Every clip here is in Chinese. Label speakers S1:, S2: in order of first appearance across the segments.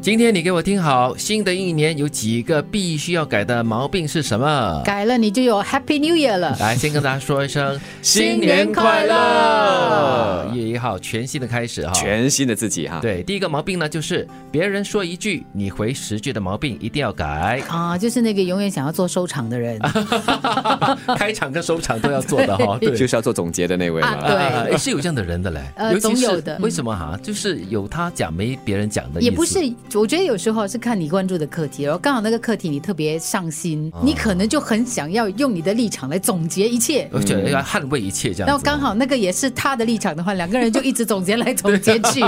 S1: 今天你给我听好，新的一年有几个必须要改的毛病是什么？
S2: 改了你就有 Happy New Year 了。
S1: 来，先跟大家说一声
S2: 新年快乐，
S1: 一月一号，全新的开始哈。
S3: 全新的自己哈。，
S1: 对，第一个毛病呢，就是别人说一句你回十句的毛病一定要改
S2: 啊，就是那个永远想要做收场的人
S1: 啊开场跟收场都要做的 哈。对，
S3: 就是要做总结的那位
S2: 啊，
S1: 啊，
S3: 嘛。
S2: 对，
S1: 诶是有这样的人的嘞，
S2: 呃
S1: 尤其
S2: 总
S1: 是
S2: 有的
S1: 为什么哈、就是有他讲没别人讲的意思，
S2: 也不是，我觉得有时候是看你关注的课题，然后刚好那个课题你特别上心，
S1: 啊
S2: 你可能就很想要用你的立场来总结一切。
S1: 而且要捍卫一切这样子。
S2: 然后刚好那个也是他的立场的话，两个人就一直总结来总结 去。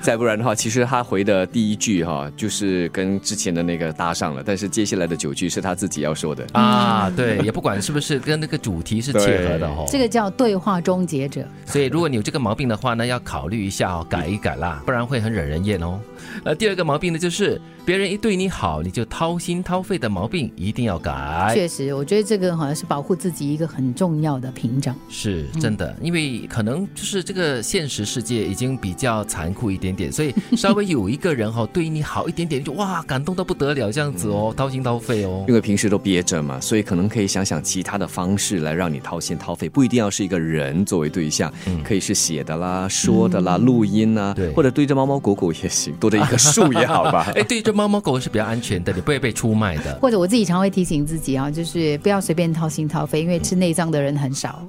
S3: 再不然的话，其实他回的第一句哈，就是跟之前的那个搭上了，但是接下来的九句是他自己要说的。
S1: 啊，对，也不管是不是跟那个主题是切合的哦。
S2: 这个叫对话终结者。
S1: 所以如果你有这个毛病的话呢，要考虑一下哦，改一改啦，不然会很惹人厌哦。呃，第二个毛病呢，就是别人一对你好，你就掏心掏肺的毛病一定要改，
S2: 确实，我觉得这个好像是保护自己一个很重要的屏障。
S1: 是真的，因为可能就是这个现实世界已经比较残酷一点点，所以稍微有一个人哈、哦、对你好一点点，就哇感动到不得了这样子哦，掏心掏肺哦
S3: 因。为平时都憋着嘛，所以可能可以想想其他的方式来让你掏心掏肺，不一定要是一个人作为对象，可以是写的啦、说的啦、录音啊
S1: 嗯对，。
S3: 或者对着猫猫狗狗也行，多着一棵树也好吧
S1: 哎，对，这猫猫狗是比较安全的，你不会被出卖的。
S2: 或者我自己常会提醒自己啊，就是不要随便掏心掏肺，因为吃内脏的人很少，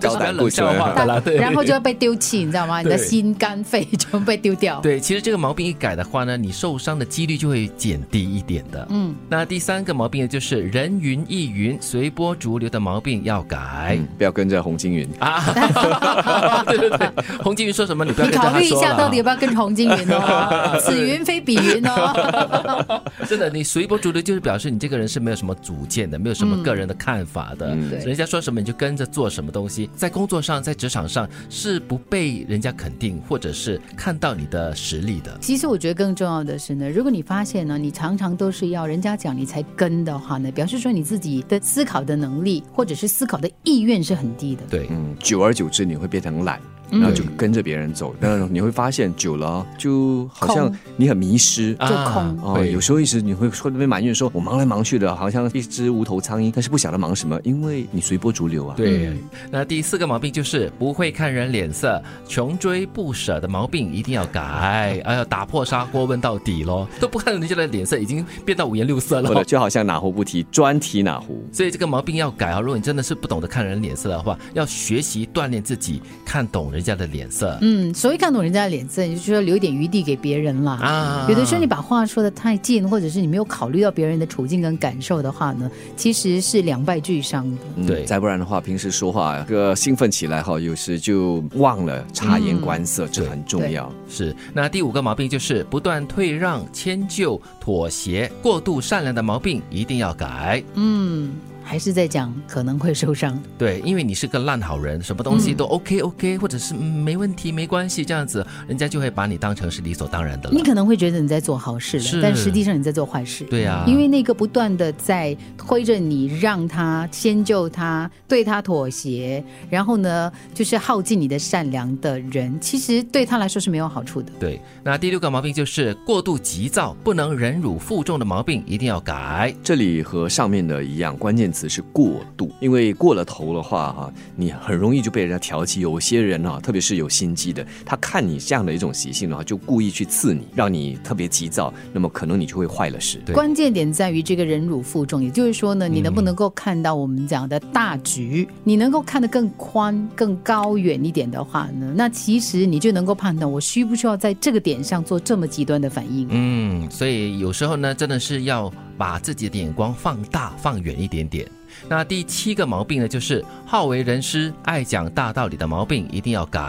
S1: 这是比较冷笑话的
S2: 但
S1: 啦，对。
S2: 然后就要被丢弃，你知道吗？你
S1: 对
S2: 的心肝肺全部被丢掉。
S1: 对，其实这个毛病一改的话呢，你受伤的几率就会减低一点的。嗯，那第三个毛病呢，就是人云亦云、随波逐流的毛病要改。
S3: 嗯不要跟着洪金云。
S1: 啊，对对对，洪金云说什么，你不要
S2: 你
S1: 跟着
S2: 考
S1: 他
S2: 虑一
S1: 说
S2: 下，到
S1: 了
S2: 底要不要跟洪金云 哦？此云非彼云哦。
S1: 啊。真的，你随波逐流就是表示你这个人是没有什么主见的，没有什么个人的看法的。
S3: 嗯
S2: 对
S1: 人家说什么你就跟着做什么东西，在工作上、在职场上是不被人家肯定或者是看到你的实力的。
S2: 其实我觉得更重要的是呢，如果你发现呢，你常常都是要人家讲你才跟的话呢，表示说你自己的思考的能力或者是思考的意愿是很低的。
S1: 对，
S3: 嗯，久而久之你会变成懒，
S2: 嗯
S3: 然后就跟着别人走，但你会发现久了就好像
S2: 空
S3: 你很迷失。
S1: 啊
S2: 就空
S3: 哦，有时候一直你会说那边埋怨说，我忙来忙去的，好像一只无头苍蝇，但是不晓得忙什么，因为你随波逐流啊。
S1: 对
S2: 嗯，
S1: 那第四个毛病就是不会看人脸色，穷追不舍的毛病一定要改，哎呀，打破砂锅问到底咯，都不看人家的脸色，已经变到五颜六色
S3: 或者
S1: 了。
S3: 就好像哪壶不提专提哪壶。
S1: 所以这个毛病要改啊！如果你真的是不懂得看人脸色的话，要学习锻炼自己看懂人家的脸色、
S2: 嗯，所以看懂人家的脸色，你就需要留一点余地给别人啦。
S1: 啊
S2: 有的时候你把话说的太近，或者是你没有考虑到别人的处境跟感受的话呢，其实是两败俱伤的。
S3: 嗯
S1: 对
S3: 再不然的话，平时说话这个兴奋起来哈，有时就忘了察言观色，这很重要。
S1: 是。那第五个毛病就是不断退让、迁就、妥协、过度善良的毛病一定要改。
S2: 嗯，还是在讲可能会受伤。
S1: 对，因为你是个烂好人，什么东
S2: 嗯
S1: 西都 OK OK，、或者是、嗯、没问题没关系这样子，人家就会把你当成是理所当然的
S2: 你
S1: 了。
S2: 可能会觉得你在做好事
S1: 是
S2: 了，但实际上你在做坏事。
S1: 对啊呀、
S2: 因为那个不断的在推着你，让他迁就他，对他妥协，然后呢，就是耗尽你的善良的人，其实对他来说是没有好处的。
S1: 对。那第六个毛病就是过度急躁，不能忍辱负重的毛病一定要改。
S3: 这里和上面的一样，关键词是过度，因为过了头的话哈、你很容易就被人家调戏。有些人啊，特别是有心机的，他看你这样的一种习性的话，就故意去刺你，让你特别急躁，那么可能你就会坏了事。
S1: 对嗯
S2: 关键点在于这个忍辱负重，也就是说呢，你能不能够看到我们讲的大局？你能够看得更宽、更高远一点的话呢，那其实你就能够判断我需不需要在这个点上做这么极端的反应。
S1: 嗯，所以有时候呢，真的是要把自己的眼光放大、放远一点点。那第七个毛病呢，就是好为人师、爱讲大道理的毛病一定要 改。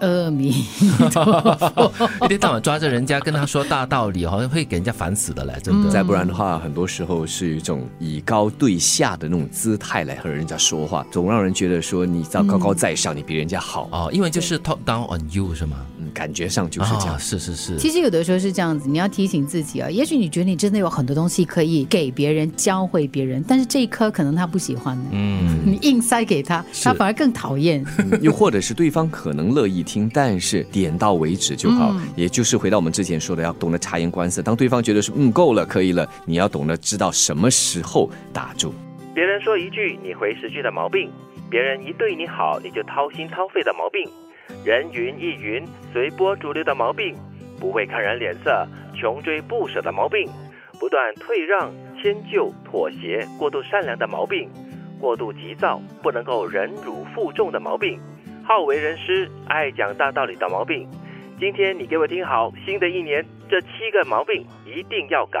S2: 阿弥，
S1: 一天到晚抓着人家跟他说大道理，好像会给人家烦死的嘞，真的。
S3: 再不然的话，很多时候是一种以高对下的那种姿态来和人家说话，总让人觉得说你在高高在上，你比人家好，
S1: 哦，英文就是 top down on you 是吗？
S3: 嗯，感觉上就是这样。
S1: 哦是是是。
S2: 其实有的时候是这样子，你要提醒自己啊，也许你觉得你真的有很多东西可以给别人、教会别人，但是这一刻可能他不喜欢的，
S1: 嗯，
S2: 你硬塞给他，他反而更讨厌。
S3: 嗯又或者是对方可能乐意听，但是点到为止就好。也就是回到我们之前说的，要懂得察言观色。当对方觉得是嗯够了，可以了，你要懂得知道什么时候打住。
S4: 别人说一句你回十句的毛病，别人一对你好你就掏心掏肺的毛病，人云亦云、随波逐流的毛病，不会看人脸色、穷追不舍的毛病，不断退让、迁就、妥协、过度善良的毛病，过度急躁、不能够忍辱负重的毛病，好为人师、爱讲大道理的毛病。今天你给我听好，新的一年这七个毛病一定要改。